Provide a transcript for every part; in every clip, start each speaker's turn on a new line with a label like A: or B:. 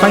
A: 欢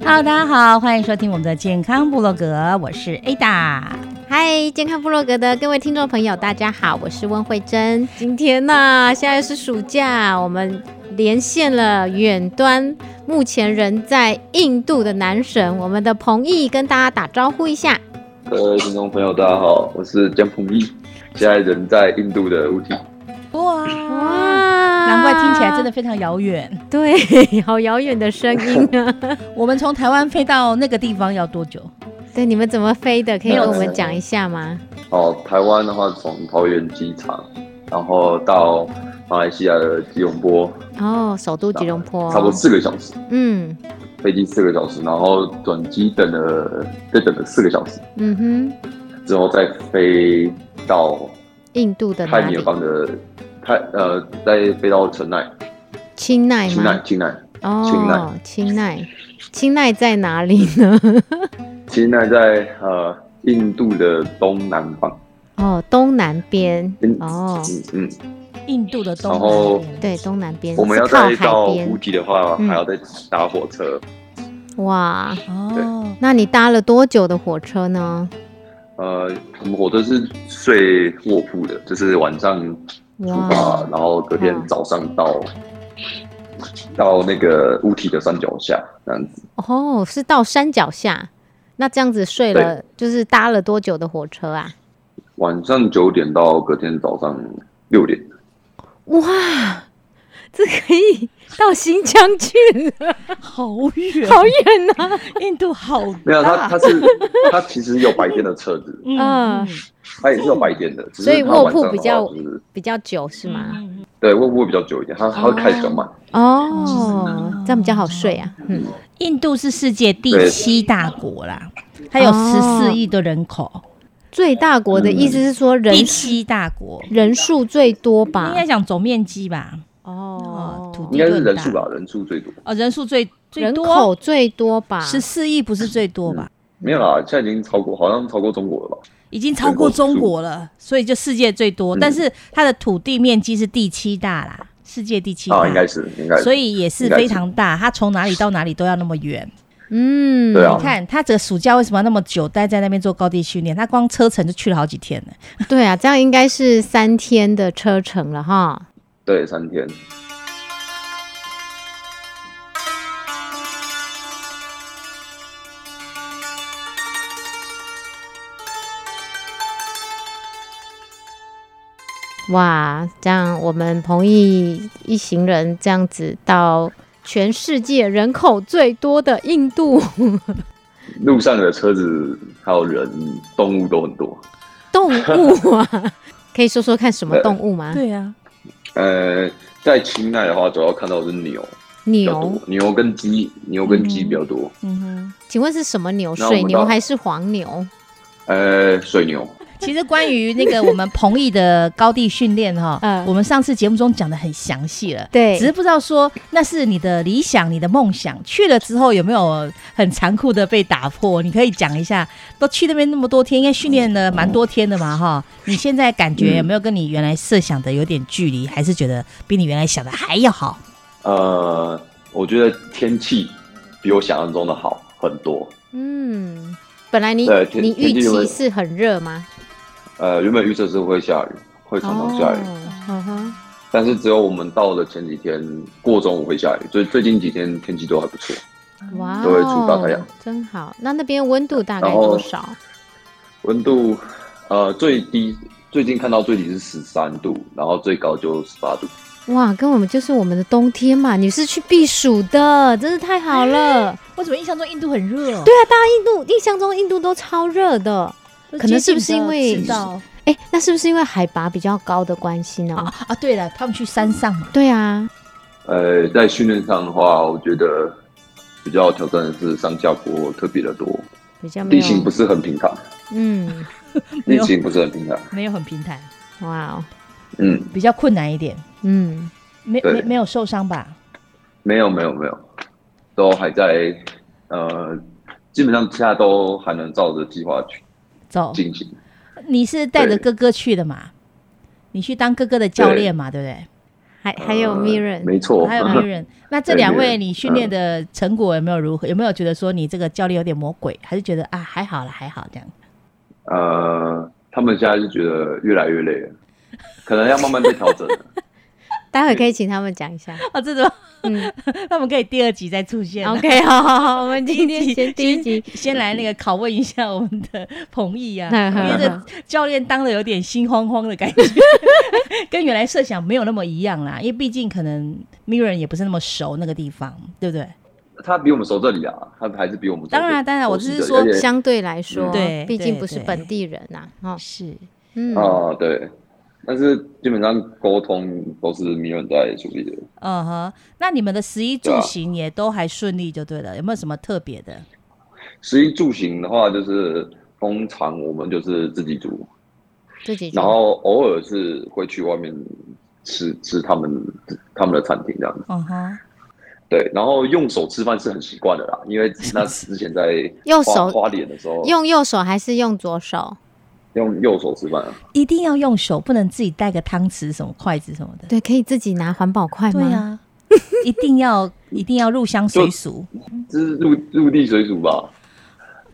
B: Hello，大家好，欢迎收听我们的健康部落格，我是 Ada。
C: 嗨，健康部落格的各位听众朋友，大家好，我是温慧珍。今天呢、现在是暑假，我们连线了远端，目前人在印度的男神，我们的彭毅，跟大家打招呼一下。
D: 各位听众朋友，大家好，我是江鹏毅，现在人在印度的乌体。
B: 哇，
C: 哇
B: 难怪听起来真的非常遥远。
C: 对，好遥远的声音啊！
B: 我们从台湾飞到那个地方要多久？
C: 对，你们怎么飞的？可以
D: 没有
C: 跟我们
D: 错
C: 讲一下吗？
D: 哦，台湾的话，从桃园机场，然后到马来西亚的吉隆坡，
C: 哦，首都吉隆坡，
D: 差不多四个小时，
C: 嗯
D: 飞机四个小时，然后转机等了，再等了四个小时，
C: 嗯哼，
D: 之后再飞到
C: 印度的哪
D: 泰米
C: 里
D: 尔？邦的泰呃，再飞到城奈，
C: 清奈
D: 清奈
C: 吗？
D: 清奈，
C: 哦，清奈，清奈在哪里呢？
D: 清奈在呃印度的东南方，
C: 哦，东南边
D: 嗯
C: 哦，
D: 嗯嗯，
B: 印度的东
D: 然后
B: 南边
C: 对，东南边
D: 我们
C: 是
D: 要
C: 靠
D: 再到
C: 海
D: 乌
C: 边。
D: 吉的话，
C: 嗯
D: 还要再搭火车，
C: 哇，
B: 哦，
C: 那你搭了多久的火车呢？
D: 呃，我们火车是睡卧铺的，就是晚上出发，
C: 哇，
D: 然后隔天早上到到那个乌体的山脚下，这样子。
C: 哦，是到山脚下。那这样子睡了，就是搭了多久的火车啊？
D: 晚上九点到隔天早上六点，
C: 哇，这可以到新疆去 了，
B: 好远，
C: 好远啊呐、
B: 印度好
D: 没有它，它 是它其实有白天的车子，
C: 啊嗯，
D: 它也是有白天的，只
C: 所以
D: 是它
C: 卧
D: 晚
C: 铺
D: 上
C: 比
D: 的话
C: 较
D: 就是
C: 比较久是吗？
D: 对卧铺会比较久一点，它它会开比较慢。
C: 嗯哦，这样比较好睡啊。嗯，
B: 印度是世界第
D: 对
B: 七大国啦，它有十
C: 哦
B: 四亿的人口，
C: 最大国的意思是说人
B: 第七大国，
C: 人数最多吧
B: 应？该讲总面积吧？
C: 哦
B: 哦，土
D: 应该是人数吧，人数最多。
B: 哦，人数最最
C: 人
B: 多
C: 口最多吧？嗯
B: 十四亿，不是最多吧？
D: 没有啦，现在已经超过，好像超过中国了吧？
B: 已经超过中国了，所以就世界最多，
D: 嗯
B: 但是它的土地面积是第七大啦，世界第七大，
D: 啊，应该是，应该是。
B: 所以也是非常大。它从哪里到哪里都要那么远。
C: 嗯，
D: 对啊
B: 你看它这个暑假为什么要那么久待在那边做高地训练？它光车程就去了好 几天呢。
C: 对啊，这样应该是三天的车程了哈。
D: 对，三天。
C: 哇，这样我们彭毅一行人这样子到全世界人口最多的印度，
D: 路上的车子还有人、动物都很多。
C: 动物 啊，可以说说看什么动物吗？
B: 对
E: 啊
B: 呀、
D: 呃，在清奈的话，主要看到的是牛比较多
C: 牛，，
D: 牛跟鸡，牛跟鸡比较多。
B: 嗯哼。
C: 请问是什么牛？
D: 那我们
C: 水牛
D: 到
C: 还是黄牛？
D: 呃，水牛，
B: 其实关于那个我们彭毅的高地训练哈，
C: 嗯
B: 我们上次节目中讲的很详细了，
C: 对
B: 只是不知道说那是你的理想、你的梦想，去了之后有没有很残酷的被打破？你可以讲一下，都去那边那么多天，应该训练了蛮多天的嘛哈，你现在感觉有没有跟你原来设想的有点距离，还是觉得比你原来想的还要好？
D: 呃，我觉得天气比我想象中的好很多。
C: 嗯，本来你
D: 对天
C: 你预
D: 天气
C: 期
D: 会
C: 是很热吗？
D: 呃，原本预测是会下雨，会常常下雨，
B: 哦
C: 嗯哼，
D: 但是只有我们到了前几天过中午会下雨，所以最近几天天气都还不错。
C: 哇
D: 都会出大太
C: 哦
D: 阳，
C: 真好。那那边温度大概
D: 然后
C: 多少？
D: 温度，呃，最低最近看到最低是十三度，然后最高就十八度。
C: 哇，跟我们就是我们的冬天嘛，你是去避暑的，真是太好了。
B: 我怎么印象中印度很热哦？
C: 对啊，大家印度印象中印度都超热的，
B: 都
C: 可能
B: 接
C: 是不
B: 近
C: 是因
B: 的
C: 为
B: 赤道
C: 哎、那是不是因为海拔比较高的关系呢？
B: 啊啊？对了，他们去山上嘛，
C: 对啊，
D: 呃，在训练上的话，我觉得比较挑战的是上下坡特别的多，
C: 比较没
D: 地形
C: 有
D: 不，是很平坦，
C: 嗯，
B: 没
D: 地
B: 有
D: 形不是很平坦。
B: 没有很平坦，
C: 哇哦，
D: 嗯，
B: 比较困难一点，
C: 嗯，
B: 没
D: 对
B: 没没有受伤吧？
D: 没有没有没有，都还在呃，基本上现在都还能照着计划去
B: 走，
D: 进行。
B: 你是带着
D: 对
B: 哥哥去的嘛？你去当哥哥的教练嘛，对不对？
C: 还哦还有
D: 呃
C: Mirren，、
D: 没错，
B: 还有 m i r 那这
D: 嗯对嗯
B: 两位
D: Mirren，
B: 你训练的成果有没有如何？有没有觉得说你这个教练有点魔鬼，还是觉得啊还好了还好这样？
D: 呃，他们现在就觉得越来越累了，可能要慢慢再调整了。
C: 待会可以请他们讲一下。
B: 啊，这种
C: 嗯
B: 他们可以第二集再出现啊。
C: ，OK，好好好，我们今天先第一集，
B: 先来那个拷问一下我们的彭毅 啊，
C: 嗯
B: 因为
C: 嗯
B: 这教练当的有点心慌慌的感觉， 跟原来设想没有那么一样啦，因为毕竟可能 Mirren 也不是那么熟那个地方，对不对？
D: 他比我们熟这里啊，他还是比我们熟这里
B: 当然当然我只是
D: 熟悉
B: 说
D: 这里而且
C: 相对来说，
D: 嗯
B: 对
C: 毕竟
B: 对
C: 不是
B: 对
C: 本地人呐、啊，哦，
B: 是，
C: 嗯，
D: 啊、对，但是基本上沟通都是米远在处理的。
B: 嗯哼，那你们的十一
D: 对
B: 住
D: 啊
B: 行也都还顺利就对了，有没有什么特别的？
D: 食衣住行的话，就是通常我们就是自己煮，
C: 自己煮
D: 然后偶尔是会去外面吃吃他们他们的餐厅这样子。
B: 嗯哼，
D: 对，然后用手吃饭是很习惯的啦，因为那之前 在
C: 用
D: 花
C: 手
D: 花脸的时候，
C: 用右手还是用左手？
D: 用右手吃饭啊，
B: 一定要用手，不能自己带个汤匙、什么筷子什么的。
C: 对，可以自己拿环保筷吗？
B: 对啊， 一定要一定要入乡随俗。
D: 这是入入地水煮吧？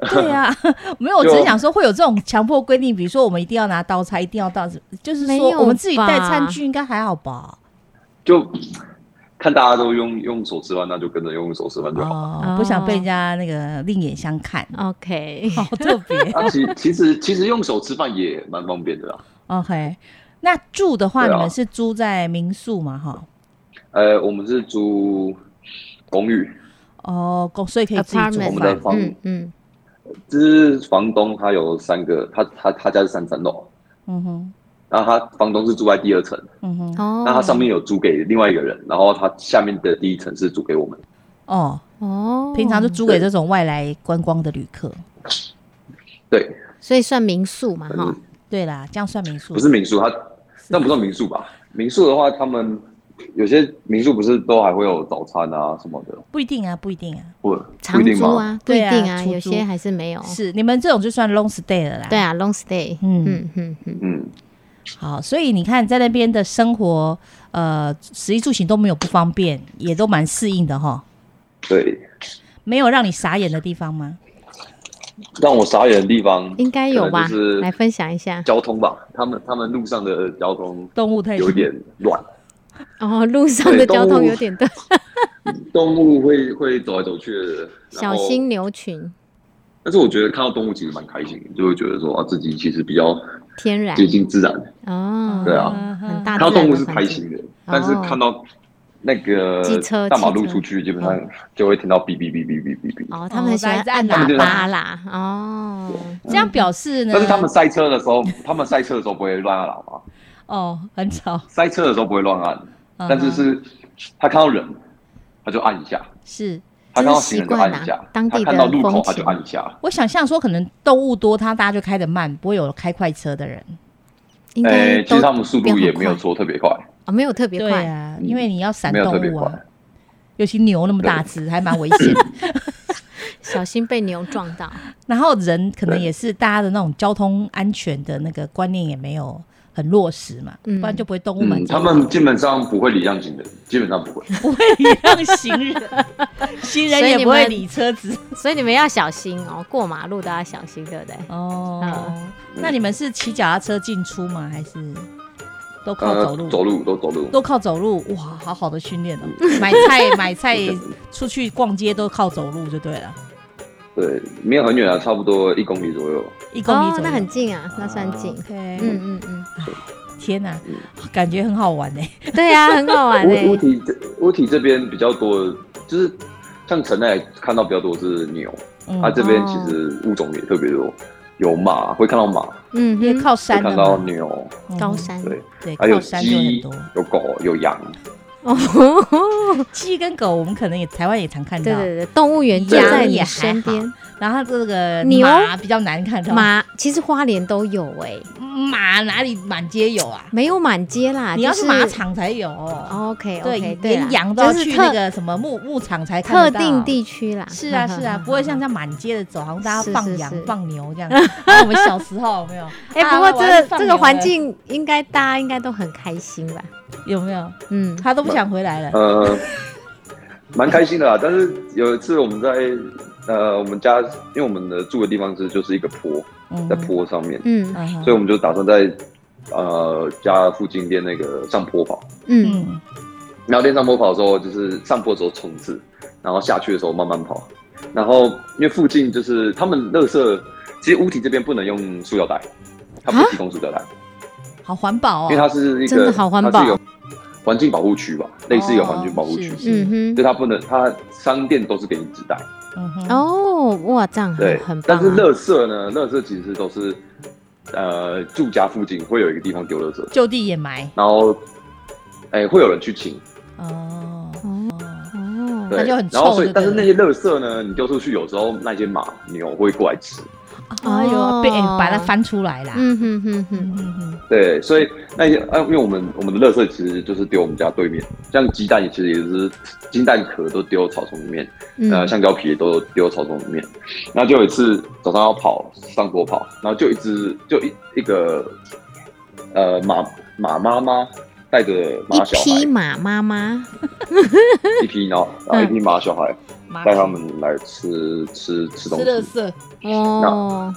B: 对啊，没有，我只
D: 就是
B: 想说会有这种强迫规定，比如说我们一定要拿刀叉，一定要到，就是
C: 没
B: 说
C: 有
B: 我们自己带
C: 吧
B: 餐具应该还好吧？
D: 就看大家都用用手吃饭，那就跟着用手吃饭就好。
B: 哦，不想被
C: 哦
B: 人家那个另眼相看，
C: ，OK，
B: 好特别。
D: 啊，其其实其实用手吃饭也蛮方便的啦。
B: OK，那哦住的话，
D: 对
B: 你
D: 啊
B: 们是租在民宿嘛？哈，
D: 呃，我们是租公寓，
B: 哦，公所以可以自己煮
C: Apartment
D: 我们的
B: 饭。
D: 房，
C: 嗯嗯，
D: 就是房东他有三个，他他他家是三层楼，
B: 嗯哼，
D: 然后他房东是住在第二层，
B: 嗯哼，
C: 哦，
D: 那他上面有租给另外一个人，然后他下面的第一层是租给我们。
B: 哦，
C: 哦，
B: 平常就租给这种外来观光的旅客。
D: 对，
C: 所以算民宿嘛，
D: 可
C: 哈
D: 是，
B: 对啦，这样算民
C: 嗯
B: 宿
D: 不是民宿，他那不算民宿吧？民宿的话，他们有些民宿不是都还会有早餐啊什么的，
B: 不一定啊，不一定啊。
D: 不不
C: 长
D: 一定
C: 租
D: 吗？
C: 啊，不一
B: 对啊
C: 定啊，
B: 出租
C: 有些还是没有。
B: 是你们这种就算 long stay 了啦。
C: 对啊，long stay，
B: 嗯
C: 嗯嗯嗯，
D: 嗯，
B: 好，所以你看在那边的生活，呃，食衣住行都没有不方便，也都蛮适应的哈，
D: 对。
B: 没有让你傻眼的地方吗？
D: 让我傻眼的地方
C: 应该有吧
D: 可能就是
C: 来分享一下
D: 交通吧，他们他们路上的交通
B: 动物太
D: 有一点乱，
C: 哦，路上的
D: 对
C: 交
D: 动
C: 通
D: 物
C: 有点多，
D: 动物会会走来走去的，然
C: 小
D: 后
C: 心。牛群，
D: 但是我觉得看到动物其实蛮开心的，就会觉得说啊，自己其实比较
C: 天然
D: 接近自然，
C: 哦，
D: 对啊
C: 很大自
D: 看
C: 然
D: 到动物
C: 的
D: 是
C: 环
D: 开
C: 境
D: 心的，但是看到。那个
C: 机车
D: 大马
C: 汽
D: 路
C: 车嗯
D: 出去，基本上就会听到哔哔哔哔哔哔哔。
C: 哦，他们很喜欢
B: 哦大家
C: 按
B: 按
C: 喇
D: 喇
C: 叭
D: 叭
C: 啦，哦，
B: 这样表示呢？
D: 但是他们塞车的时候， 他们塞车的时候不会乱按喇叭，
B: 哦，很吵，
D: 塞车的时候不会乱按，
B: 嗯哼
D: 但是是他看到人，他就按一下，
B: 是。
D: 他
C: 这是
D: 看到行
C: 习
D: 人就
C: 惯
D: 按一
C: 啦
D: 下，，
C: 当地
D: 他看
C: 的
D: 到路
C: 风
D: 口他就
C: 情。
D: 按一下。
B: 我想象说，可能动物多，它大家就开得慢，不会有开快车的人。
C: 应
D: 哎、
C: 该
D: 其实
C: 都
D: 他们速
C: 变
D: 度
C: 很
D: 也没有
C: 快
D: 说特别快，
C: 啊，没有特别
B: 对
C: 快，
B: 啊，因为你要闪
D: 没有特别
B: 动物
D: 快
B: 啊，。尤其牛那么大只，还蛮危 险的。
C: 小心被牛撞到。
B: 然后人可能
D: 对
B: 也是大家的那种交通安全的那个观念也没有很落实嘛，
C: 嗯
B: 不然就不会动物满
D: 嗯，
B: 之后
D: 他 们基本上不会礼让行人，基本上不会。
B: 不会礼让行人，行人
C: 所以
B: 也
C: 你
B: 不会
C: 们
B: 理车子。
C: 所以你们要小心哦，过马路都要小心，对不对？
B: 哦
C: 嗯，
B: 那你们是骑脚踏车进出吗？还是都靠
D: 呃
B: 走路？，
D: 走路都嗯走路，
B: 都靠走路。哇，好好的训练哦。买 菜买菜，出去逛街都靠走路就对了，
D: 对，没有很远啊，差不多一公里左右。
B: 一公里左右。
C: 哦，那很近啊，那算近。
B: OK，嗯，
C: 嗯嗯嗯，
B: 天哪
D: 嗯，
B: 感觉很好玩欸呢。
C: 对啊，很好玩
D: 乌乌
C: 诶。
D: 体这乌体这边比较多，就是像城内看到比较多是牛，
B: 嗯
D: 它、这边其实物种也特别多，有马会看到马，会
C: 嗯
B: 因为
C: 哼，
B: 靠山
D: 看
B: 的
D: 到
B: 嘛，
D: 牛，
B: 嗯
C: 高山
D: 对，
B: 对，
D: 还有
B: 靠山就很
D: 鸡
B: 多。、
D: 有狗、有羊，
C: 哦，
B: 鸡跟狗，我们可能也台湾也常 看
C: 对
B: 到，
C: 对对，动物园就
B: 羊
C: 在你
B: 也还
C: 身边。
B: 然后这个
C: 牛
B: 马比较难看到，
C: 马其实花莲都有诶，
B: 马哪里满街有啊？
C: 没有满街啦。
B: 你要
C: 就是
B: 马场才有哦。
C: ，OK
B: 对
C: OK，，对啦，
B: 连羊都要
C: 就是
B: 去
C: 特
B: 那个什么牧牧场才看
C: 特
B: 得到
C: 定。地区啦。
B: 是 啊是啊，不会像这样满街的走，好像大家放羊
C: 是是是
B: 放牛这 样。然后我们小时候有没有？
C: 哎、
B: 啊
C: 不过
B: 我要
C: 这
B: 去放
C: 个这个
B: 牛了
C: 环境应该大家应该都很开心吧？
B: 有没有？
C: 嗯，
B: 他都不想回来了。
D: 呃，蛮开心的啦。但是有一次我们在呃我们家，因为我们的住的地方是就是一个坡，
B: 嗯
D: 在坡上面，
C: 嗯
B: 嗯
D: 所以我们就打算在呃家附近练那个上坡跑。
C: 嗯，
B: 嗯，
D: 然后练上坡跑的时候，就是上坡的时候冲刺，然后下去的时候慢慢跑。然后因为附近就是他们垃圾，其实屋体这边不能用塑料袋，它不提供塑料袋，
B: 好环保
D: 因为它
B: 哦。
D: 是一
C: 啊真
D: 个
C: 的好环保
D: 它是有环境保护区吧，类似有环境保护区
B: 哦，是
C: 嗯哼，
D: 所以它不能，它商店都是给你纸袋。
B: 嗯哼，
C: 哦，哇，这样
D: 对
C: 很，很棒、
D: 但
C: 啊。
D: 是垃圾呢，垃圾其实都是呃住家附近会有一个地方丢垃圾，
B: 就地掩埋
D: 然后哎、会有人去清，
B: 哦。
C: 哦，
D: 对，
B: 那就很臭
D: 然后所以
B: 就对了
D: 但是那些垃圾呢，你丢出去，有时候那些马牛会过来吃，
B: 哎
C: 哦
B: 呦，被、哎把它翻出来啦。
C: 嗯哼哼哼，
B: 嗯嗯嗯
D: 对，所以那些啊，因为我们我们的垃圾其实就是丢我们家对面，像鸡蛋也其实也是鸡蛋壳都丢草丛里面，
C: 嗯
D: 呃，，橡胶皮也都丢草丛里面。那就有一次早上要跑上坡跑，然后就一只就一一个呃马马妈妈带着马
C: 一
D: 小孩
C: 匹马妈妈，
D: 一匹，然后然后一匹马小孩
B: 嗯马
D: 带他们来吃吃吃东
B: 嗯吃
D: 西，
B: 垃圾，
C: 哦，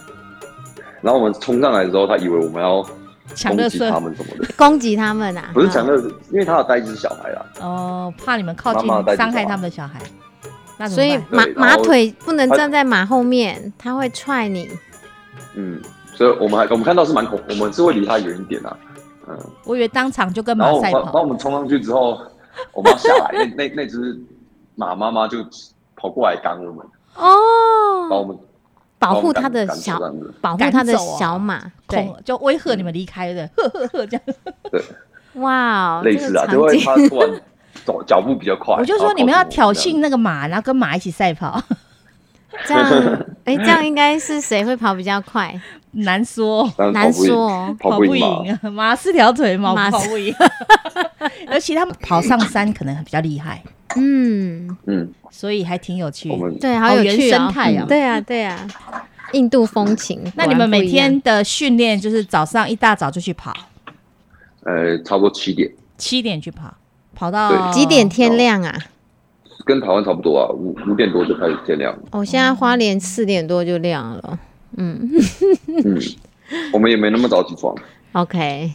D: 然后我们冲上来的时候，他以为我们要
B: 抢
D: 攻
B: 垃
D: 击他
B: 圾
D: 们什 么的，
C: 攻击他们啊？
D: 不是
C: 嗯
D: 抢垃圾，因为他有带一只小孩啦，
B: 哦，怕你们靠
D: 妈妈带
B: 近
D: 着
B: 伤害
D: 走啊
B: 他们的小孩，那怎
C: 所以
B: 么办？
C: 马
D: 对然
C: 马
D: 后
C: 腿不能
D: 他
C: 站在马后面，它会踹你。
D: 嗯，所以我们还我们看到是蛮恐，我们是会离他远一点啊，嗯，
B: 我以为当场就跟
D: 然
B: 马
D: 后我
B: 赛
D: 们把
B: 跑
D: 把我。们冲上去之后，我们要下来，那那那只马妈妈就跑过来赶我们，把我
C: 哦，
D: 们
C: 保护它的
D: 把我们赶
C: 小
D: 赶走这，样子，
C: 保护
B: 赶
C: 它的
B: 走啊
C: 小马。对，
B: 恐就威吓你们离开的，呵呵呵这样。
C: 哇，哦，
D: 类
C: 这
D: 似
C: 个
D: 啊，
C: 场
D: 就会
C: 景
D: 他突然走脚步比较快，
B: 我就
D: 然
B: 说
D: 后
B: 你们要
D: 靠近
B: 挑
D: 我这样
B: 衅那个马，然后跟马一起赛跑，
C: 这样，哎，这样应该是谁会跑比较快？
B: 难说，
D: 但
C: 难
D: 是
C: 说哦。
D: 跑不
B: 不
D: 赢，跑不
B: 赢
D: 赢嘛，
B: 啊，马四条腿嘛，
C: 马
B: 跑不赢。 而且他们跑上山可能比较厉害，
C: 嗯，
D: 嗯，
B: 所以还挺有趣
D: 我。们
C: 对，好
B: 好
C: 有
B: 原
C: 趣
B: 生
C: 哦。
B: 态啊！
C: 对啊，对啊，印度风情。
B: 那你
C: 果然
B: 们
C: 不
B: 每
C: 一样
B: 天的训练就是早上一大早就去跑，
D: 呃差不多七点。
B: 七点去跑，跑到
D: 对
C: 几点？
B: 哦
C: 天亮啊？
D: 跟台湾差不多啊，五五点多就开始天亮了。
C: 哦，现在花莲四点多就亮了。嗯
D: 嗯，我们也没那么早起床，
B: 哦
C: ，OK，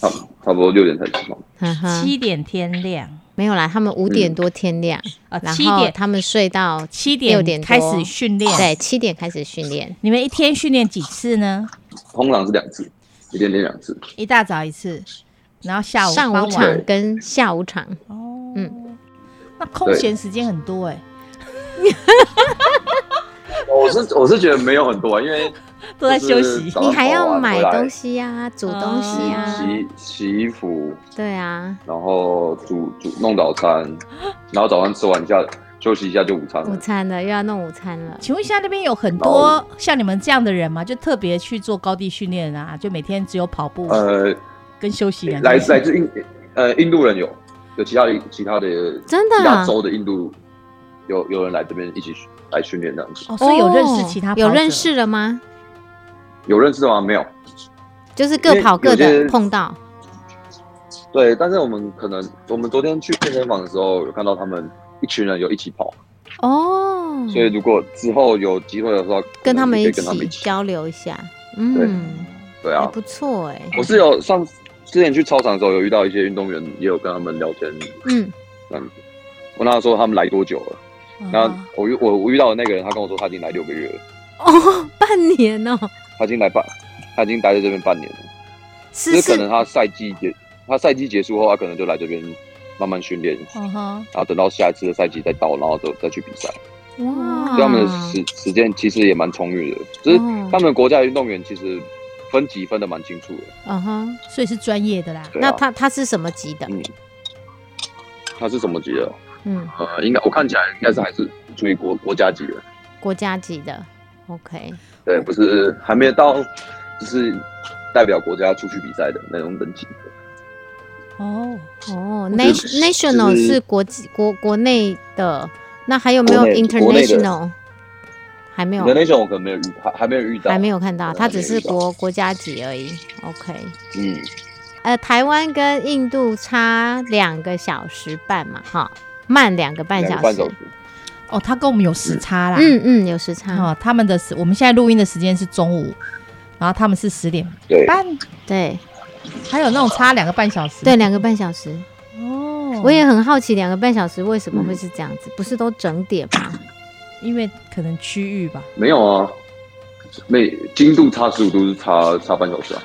D: 差差不多六点才起床。
C: 哈哈，
B: 七点天亮
C: 没有啦，他们五点多天亮，
B: 啊，
C: 然
B: 七
C: 后
B: 点
C: 他们睡到
B: 七
C: 六点
B: 点开
C: 多
B: 始训练。
C: 对，七点开始训练。
B: 你们一天训练几次呢？
D: 通常是两次，一天天两次。
B: 一大早一次，然后下午
C: 上
B: 傍
C: 午
B: 晚
C: 场跟下午场，
B: 哦，
C: 嗯
B: 那空闲时间很多哎、
D: 我是我是觉得没有很多啊，因为
B: 都在休
D: 就是
B: 息
D: 早。
C: 你
D: 上
C: 还
D: 跑
C: 要
D: 完
C: 买
D: 回来
C: 东西啊呀、煮东西呀、
B: 哦
D: 洗洗衣服，
C: 对啊，
D: 然后煮煮弄早餐，然后早上吃完一下休息一下就午餐
C: 午
D: 了。
C: 餐了又要弄午餐了。
B: 请问一下，那边有很多像你们这样的人吗？就特别去做高地训练啊，就每天只有跑步
D: 呃，
B: 跟休息啊两
D: 来
B: 件
D: 自来
B: 事。
D: 自印呃印度人有，有其他的其他的
C: 真的啊
D: 其他州的印度有有人来这边一起来训练这样子。
B: 哦，所以有认识其他
C: 哦
B: 跑者
C: 有认识了吗？
D: 有认识的吗？没有，
C: 就是各跑各
D: 因为有
C: 的
D: 些
C: 碰到。
D: 对，但是我们可能我们昨天去健身房的时候，有看到他们一群人有一起跑，
C: 哦，
D: 所以如果之后有机会的话，
C: 跟他们
D: 可
C: 一
D: 以跟他们
C: 起
D: 一起。
C: 交流一下，嗯，
D: 对
C: 还
D: 啊，
C: 不错哎、
D: 我是有上之前去操场的时候有遇到一些运动员，也有跟他们聊天
C: 嗯，
D: 这样子。我那时候他们来多久了？
B: 嗯
D: 然
C: 嗯
D: 后我遇我我遇到的那个人，他跟我说他已经来六个月了，
C: 哦，半年哦，
D: 他已经来半，他已经待在这边半年了。
C: 是
D: 就是可
C: 是
D: 能他赛季结，他赛季结束后，他可能就来这边慢慢训练，
B: 嗯哼，
D: 然后等到下一次的赛季再到，然后再再去比赛。
C: 哇，
D: 所以他们的
C: 嗯
D: 时时间其实也蛮充裕的，就是
C: 哦
D: 他们国家运动员其实分级分的蛮清楚的。
C: 嗯哼，
B: 所以是专业的啦。
D: 对啊
C: 那他他是什么级的？
D: 嗯，他是什么级的？
C: 嗯，
D: 呃，应该我看起来应该是还是属于国国家级的，
C: 国家级的，OK，
D: 对，不是还没有到就是代表国家出去比赛的那种等级。
B: 哦，
C: 哦
D: 是
C: ，nation national
D: 就是
C: 是国际国国内的，那还有没有
D: 国内国内的
C: international？还没有
D: 你，的那种我可能没有遇，还还没有遇到，
C: 还没有看到，
D: 对
C: 他
D: 还没
C: 只
D: 有
C: 是
D: 遇到
C: 国国家级而已，OK。
D: 嗯，
C: 呃，台湾跟印度差两个小时半嘛，哈，慢两个半
D: 两
C: 小
D: 个
C: 时。
D: 半小时。
B: 哦，他跟我们有时差啦。
C: 嗯嗯，有时差。
B: 哦，他们的时，我们现在录音的时间是中午，然后他们是十点
D: 对，
B: 半，
C: 对
B: 还有那种差两个半小时。
C: 对，两个半小时。
B: 哦，
C: 我也很好奇，两个半小时为什么会是这样子？不是都整点吗？
B: 因为可能区域吧，
D: 没有啊，每经度差十五度是差差半小时啊。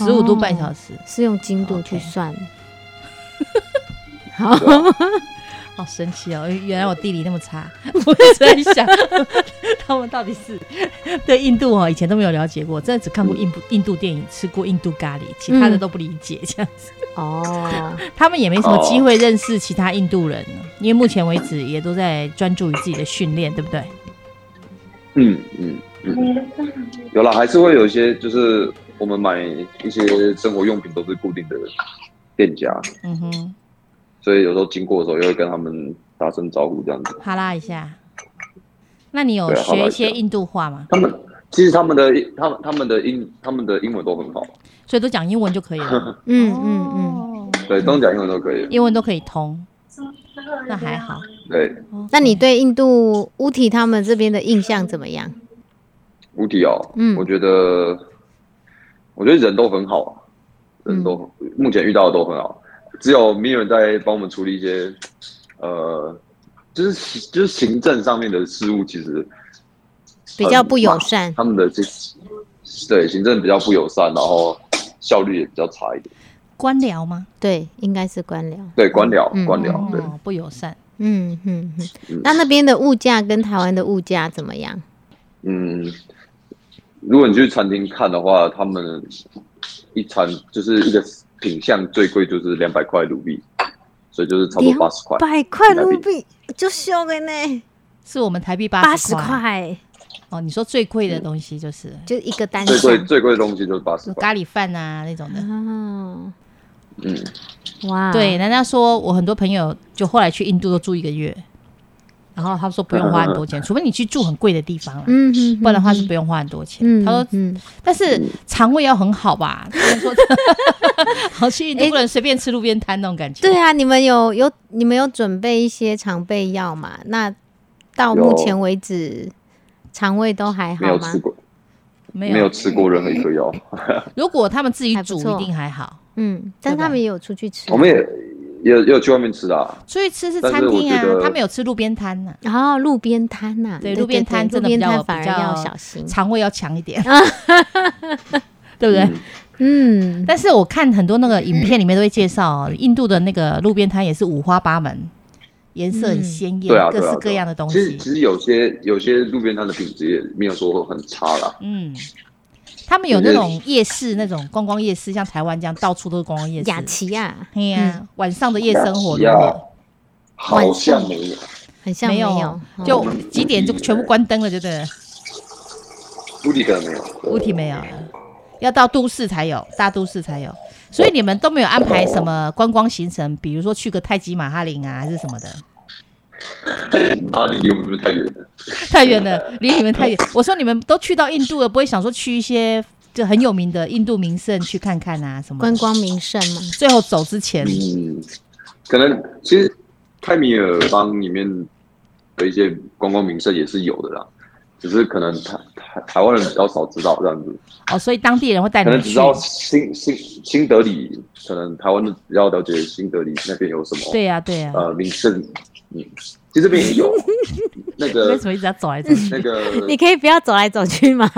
C: 哦
B: 十五度半小时，
C: 是用经度去
B: OK
C: 算的。好，
B: 好神奇哦！原原来我地理那么差， 我一直在想 他们到底是对印度哦，以前都没有了解过，真的只看过印度印度电影，吃过印度咖喱，其他的
C: 嗯
B: 都不理解这样子。
C: 哦，
B: 他们也没什么机会认识其他印度人呢，因为目前为止也都在专注于自己的训练，对不对？
D: 嗯嗯嗯，有啦，还是会有一些，就是我们买一些生活用品都是固定的店家，
B: 嗯哼，
D: 所以有时候经过的时候也会跟他们打声招呼这样子。
B: 哈拉一下。那你有
D: 对啊哈拉
B: 学一
D: 一
B: 些
D: 下
B: 印度话吗？
D: 他们其实他们的他们他们的英他们的英文都很好，
B: 所以都讲英文就可以了，
C: 嗯嗯嗯。
B: 嗯，
D: 对，都讲英文都可以。
B: 英文都可以通，那还好。哦
D: 对，
C: 那你对印度乌提他们这边的印象怎么样？
D: 无敌哦，
C: 嗯
D: 我觉得我觉得人都很好啊，人都、
C: 嗯
D: 目前遇到的都很好，只有米人在帮我们处理一些呃，就是就是行政上面的事务，其实
C: 比较不友善
D: 他们的这对行政比较不友善，然后效率也比较差一点。
B: 官僚吗？
C: 对，应该是官僚。
D: 对，官僚，
C: 嗯
D: 官僚，
B: 哦
D: 对，，
B: 不友善。
C: 嗯嗯嗯
D: 嗯。
C: 那那边的物价跟台湾的物价怎么样？
D: 嗯，如果你去餐厅看的话，他们一餐就是一个品相最贵就是两百块卢币，所以就是差不多八十块。
C: 百块
D: 卢
C: 币就修了呢，
B: 是我们台币八
C: 八
B: 十
C: 十块
B: 哦。你说最贵的东西就是
C: 就一个单
D: 最贵
C: 项。
D: 最贵的东西就是八十
B: 就
D: 块。
B: 咖喱饭啊那种的。
C: 哦，
D: 嗯，
C: 哇，
B: 对，，人家说我很多朋友就后来去印度都住一个月，然后他们说不用花很 多钱，除非你去住很贵的地方啦，啊
C: 嗯哼，
B: 不然的话是
C: 嗯
B: 不用花很多钱。
C: 嗯，
B: 他说，
C: 嗯，
B: 但是肠胃要很好吧？他 们说，好去印度
C: 哎
B: 不能随便吃路边摊那种感觉。
C: 对啊，你们有有你们有准备一些常备药嘛？那到目
D: 有
C: 前为止，肠胃都还
D: 没
C: 好
D: 有
C: 吗
D: 吃？过，
B: 没
D: 没有吃过任何一颗药。
B: 如果他们自己
C: 还不
B: 煮一
C: 错
B: 定还好，
C: 嗯，但
B: 对吧
C: 他们也有出去吃啊。
D: 我们也也也有去外面吃啊，
B: 出去吃是
D: 但是
B: 餐
D: 我
B: 厅啊
D: 觉，得
B: 他们有吃路边摊啊呐，
C: 然后哦路边摊呐，
B: 对
C: 对
B: 路边摊
C: 对
B: 真
C: 路
B: 的比
C: 边
B: 较
C: 摊反而
B: 比较
C: 要小心。
B: 肠胃要强 一点，对不对？
D: 嗯
C: 嗯，
B: 但是我看很多那个影片里面都会介绍、
D: 嗯
B: 哦，印度的那个路边摊也是五花八门，颜色很鲜艳，
D: 对啊，
B: 各
D: 对啊
B: 式
D: 对啊
B: 各样的东
D: 其实
B: 西
D: 其。实有些有些路边摊的品质也没有说很差啦。
B: 嗯，他们有那种夜市，那种观光夜市，像台湾这样到处都是观光夜
C: 雅
B: 市。
C: 琪啊，
B: 哎呀、晚上的夜生活
D: 是
B: 如
D: 啊
B: 何？
D: 好像没有，
C: 很像
B: 有，
C: 有，
B: 就
C: 哦
B: 几点就全部关灯了，就对了。
D: 乌迪可能没有，对
B: 物体 没有了，要到都市才有，大都市才有。所以你们都没有安排什么观光行程，比如说去个泰姬玛哈林啊，还是什么的？
D: 啊，离我们太远了。
B: 太远了，离你们太远。我说你们都去到印度了，不会想说去一些就很有名的印度名胜去看看啊，什么
C: 观光名胜嘛。
B: 最后走之前，
D: 嗯，可能其实泰米尔邦里面的一些观光名胜也是有的啦，只是可能台台台湾人比较少知道这样子，
B: 哦，所以当地人会带
D: 可
B: 你
D: 能
B: 们
D: 只
B: 去
D: 知。道新新新德里，可能台湾人比较了解新德里那边有什么，
B: 对啊呀、对呀、
D: 呃，名胜，嗯，其实这边也 有那
B: 为
D: 个
B: 什么一直要走来走去？
D: 那个
C: 你可以不要走来走去吗？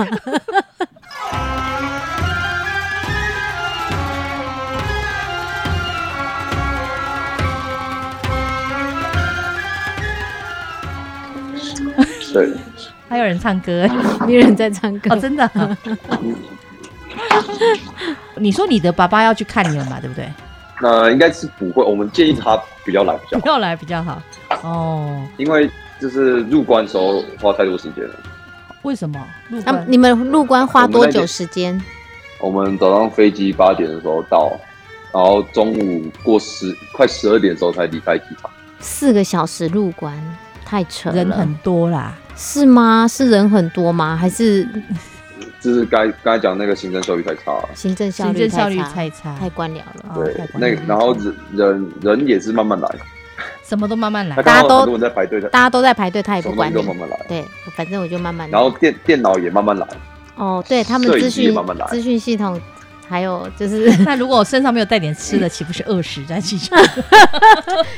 D: 对，
B: 还有人唱歌
C: 没人在唱歌
B: 哦，，真的啊。你说你的爸爸要去看你们嘛，对不对？
D: 那应该是不会，我们建议他不要来比较好
B: 不，要来比较好。哦，
D: 因为就是入关的时候花太多时间了。
B: 为什么？入
C: 那
B: 关
C: 你们入关花多久时间？
D: 我们早上飞机八点的时候到，然后中午过十快十二点的时候才离开机场。
C: 四个小时入关，太扯了。
B: 人很多啦，
C: 是吗？是人很多吗？还是
D: 就是刚刚才讲那个行政效率太差了，
C: 行政效
B: 行
C: 率
B: 政
C: 太差？
B: 效率太
D: 啊
B: 差。
C: 太官僚了。
B: 哦
D: 对
B: 太，管
D: 那
B: 理
D: 个然后人人人也是慢慢来，
B: 什么都慢慢来
D: 他。
C: 大家
D: 看
C: 都
D: 到很多人在排队，他
C: 大家都在排队，他也
D: 什
C: 不
D: 么
C: 管
D: 东西
C: 你
D: 都。慢慢来，
C: 对，反正我就慢慢来。
D: 然后电电脑也慢慢来，
C: 哦，对他们
D: 摄影
C: 资
D: 机也
C: 讯
D: 慢慢来
C: 资讯系统，还有 就是，
B: 那如果我身上没有带点吃的，岂不是饿死在 机场？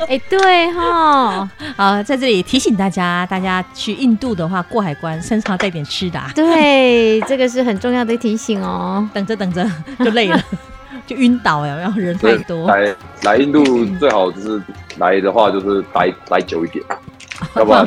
C: 哎、对哈，
B: 啊，在这里提醒大家，大家去印度的话，过海关身上要带点吃的、啊，
C: 对，这个是很重要的提醒哦。
B: 等着等着就 累了，就晕倒，有没有？人太
D: 对
B: 多，
D: 来来印度最好就是来的话就是来来久一 点，要不然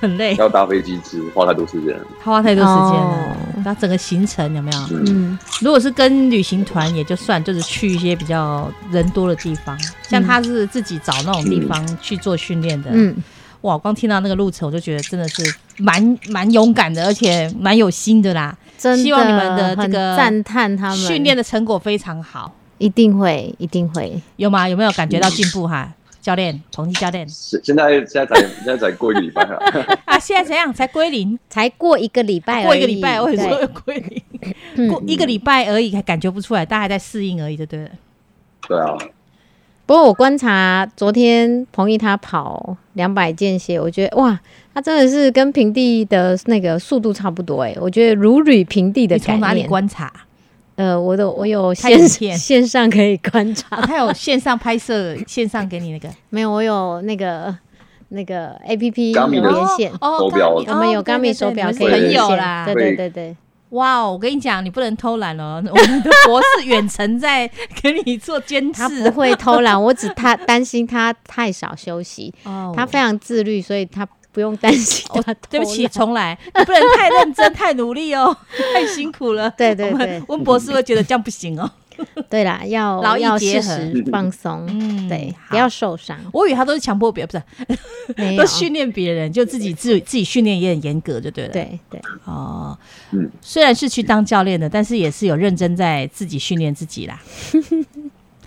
B: 很
C: 哎
B: 累，
D: 要搭飞机其实花太多时间了。
B: 花太多时间了
C: 哦。
B: 然后整个行程有没有？
D: 嗯，
C: 嗯，
B: 如果是跟旅行团也就算，就是去一些比较人多的地方，像他是自己找那种地方去做训练的。
C: 嗯，
B: 哇，光听到那个路程，我就觉得真的是蛮蛮勇敢的，而且蛮有心的啦。
C: 真的，
B: 希望你们的这
C: 很
B: 个
C: 赞叹他们
B: 训练
C: 的
B: 的成果非常好，
C: 一定会，一定会。
B: 有吗？有没有感觉到进步哈？教练，彭基教练
D: 现现在现在才现在才过一个礼拜了，
B: 啊，现在怎样？才归零，
C: 才啊过一个礼拜而已，
B: 过一个礼拜，我也说
C: 对
B: 要归零，
C: 嗯
B: 过一个礼拜而已，还感觉不出来，大家还在适应而已，就对了。
D: 对啊，
C: 不过我观察昨天彭毅他跑两百间歇，我觉得哇，他真的是跟平地的那个速度差不多哎，我觉得如履平地的
B: 你
C: 概
B: 从哪里
C: 念。
B: 观察？
C: 呃，我的我有
B: 看影
C: 线
B: 片
C: 线上可以观察，
B: 哦，他有线上拍摄，线上给你那个
C: 没有，我有那个那个 A P P 有
D: Garmin 的
C: 连线，
B: 哦，
D: 手表
B: 哦
C: 我们有
B: 对
C: Garmin
B: 对对
C: 手表
B: 你
C: 可
B: 们
C: 以连
B: 是朋
D: 很
B: 友
C: 线
B: 啦
C: 对。对对对，
B: 哇哦，我跟你讲，你不能偷懒哦，我们的博士远程在给你做监
C: 他
B: 视
C: 不。会偷懒，我只他担心他太少休息，
B: 哦
C: 他非常自律，所以他不用担心
B: 哦
C: 他偷懒。
B: 对不起，重来，你不能太认真、太努力哦，太辛苦了。
C: 对对
B: 我们
C: 对
B: 温博士会觉得这样不行 哦。
C: 对啦，要
B: 劳逸
C: 要
B: 结
C: 适
B: 合
C: 时放松，
B: 嗯
C: 对，
B: 好
C: 不要受伤。
B: 我以为他都是强迫别人，不是
C: 没有
B: 都，训练别人，就自己自自己训练也很严格，就对了。
C: 对对，
B: 哦，
D: 嗯
B: 虽然是去当教练的，但是也是有认真在自己训练自己啦。
D: 嗯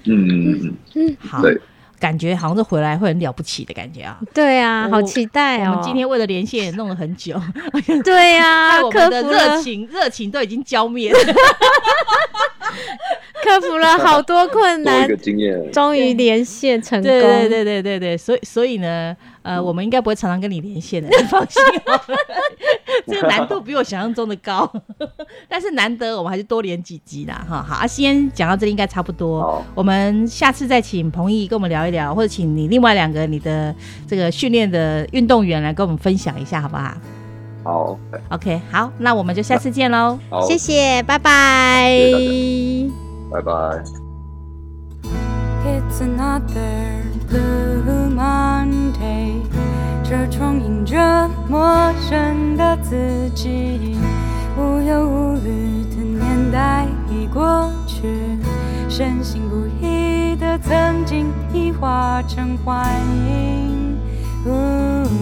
D: 嗯嗯
B: 好，
D: 对
B: 感觉好像是回来会很了不起的感觉啊。
C: 对啊，
B: 我
C: 好期待
B: 我
C: 哦
B: 们！今天为了连线也弄了很久，
C: 对
B: 害
C: 啊，
B: 我
C: 克
B: 们的
C: 服
B: 热
C: 了
B: 情热情都已经浇灭了。
C: 克服了好多困
D: 嗯，多一
C: 难
D: 个，经验。
C: 终于连线成功。
B: 对对对对对对，所以所以呢，呃，我们应该不会常常跟你连线的， 你放心好了。这个难度比我想象中的高， 但是难得我们还是多连几集啦，哈。好，啊，先讲到这里应该差不多
D: 好，
B: 我们下次再请彭毅跟我们聊一聊，或者请你另外两个你的这个训练的运动员来跟我们分享一下，好不好
D: 好，
B: ？OK，好，那我们就下次见喽。
D: 好，
C: 谢谢，拜拜。
D: 谢拜拜。
F: It's another blue Monday，车窗映着陌生的自己，无忧无虑的年代已过去，深信不疑的曾经已化成幻影。呜呜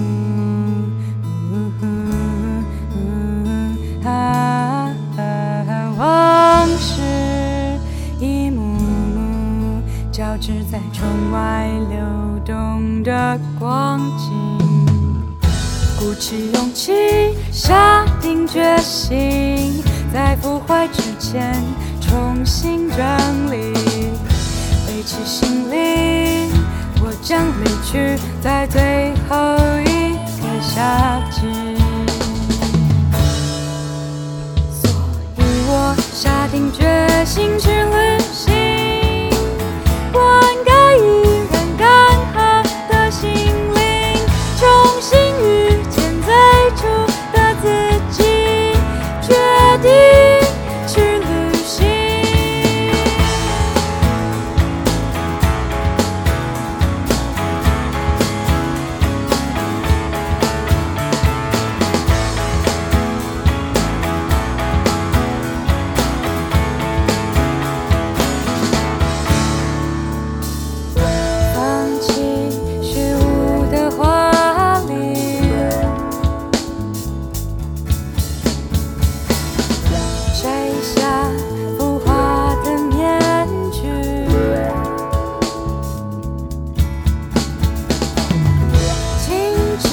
F: 啊啊往事一幕幕交织在窗外流动的光景。鼓起勇气，下定决心，在腐坏之前线重新整理，背起行李，我将离去在最后一个夏季。所以我下定决心去旅行，我应该依然干涸的心灵，重新遇见最初的自己，决定去旅行。放弃虚无的华丽，摘下浮华的面具，停止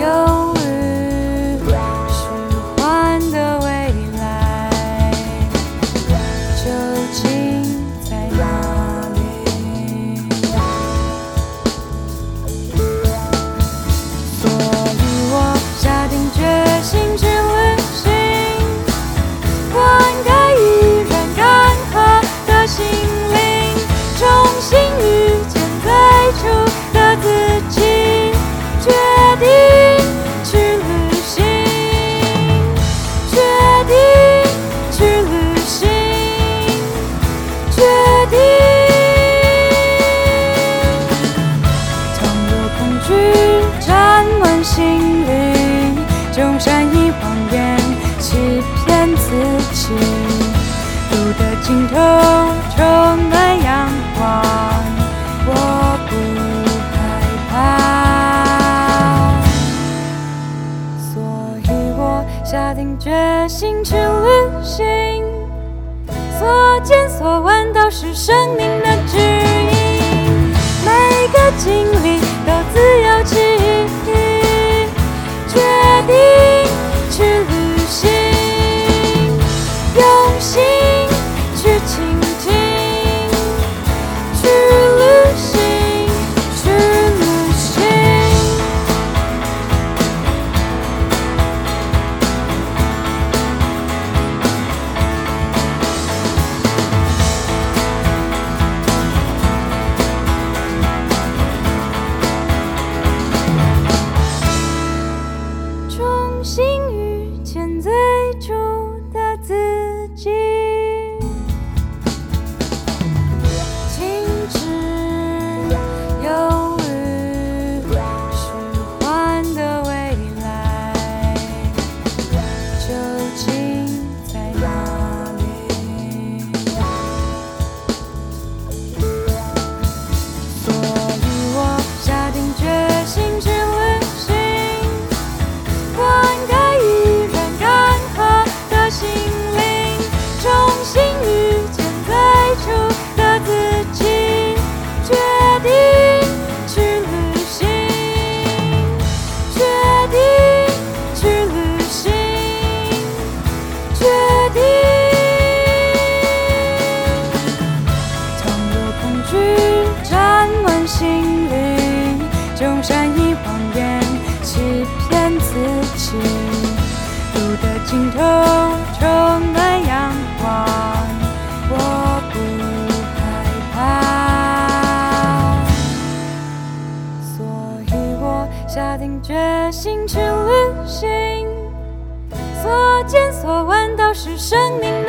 F: 忧虑，虚幻的未来究竟在哪里？所以我下定决心去旅行，我应该依然干涸的心灵，重新遇见最初的自己，决定去旅行，决定去旅行，决定。倘若恐惧沾满心灵，就善意谎言欺骗自己。路的尽头充满阳光，我不害怕。所以我下定决心去旅行，所见所闻都是生命的指引。每个经历都自由记忆，决定去旅行，用心去倾听，去旅行，去旅行。重新遇见最初的自己，停止忧虑，虚幻的未来究竟在哪里？所以我下定决心去旅行。我应该依然干涸的心灵，重新遇见最初的自己，决定去旅行，决定去旅行，决定。倘若恐惧沾满心灵，就善意谎言欺骗自己。路的尽头充满阳光，我不害怕。所以我下定决心去旅行，所见所闻都是生命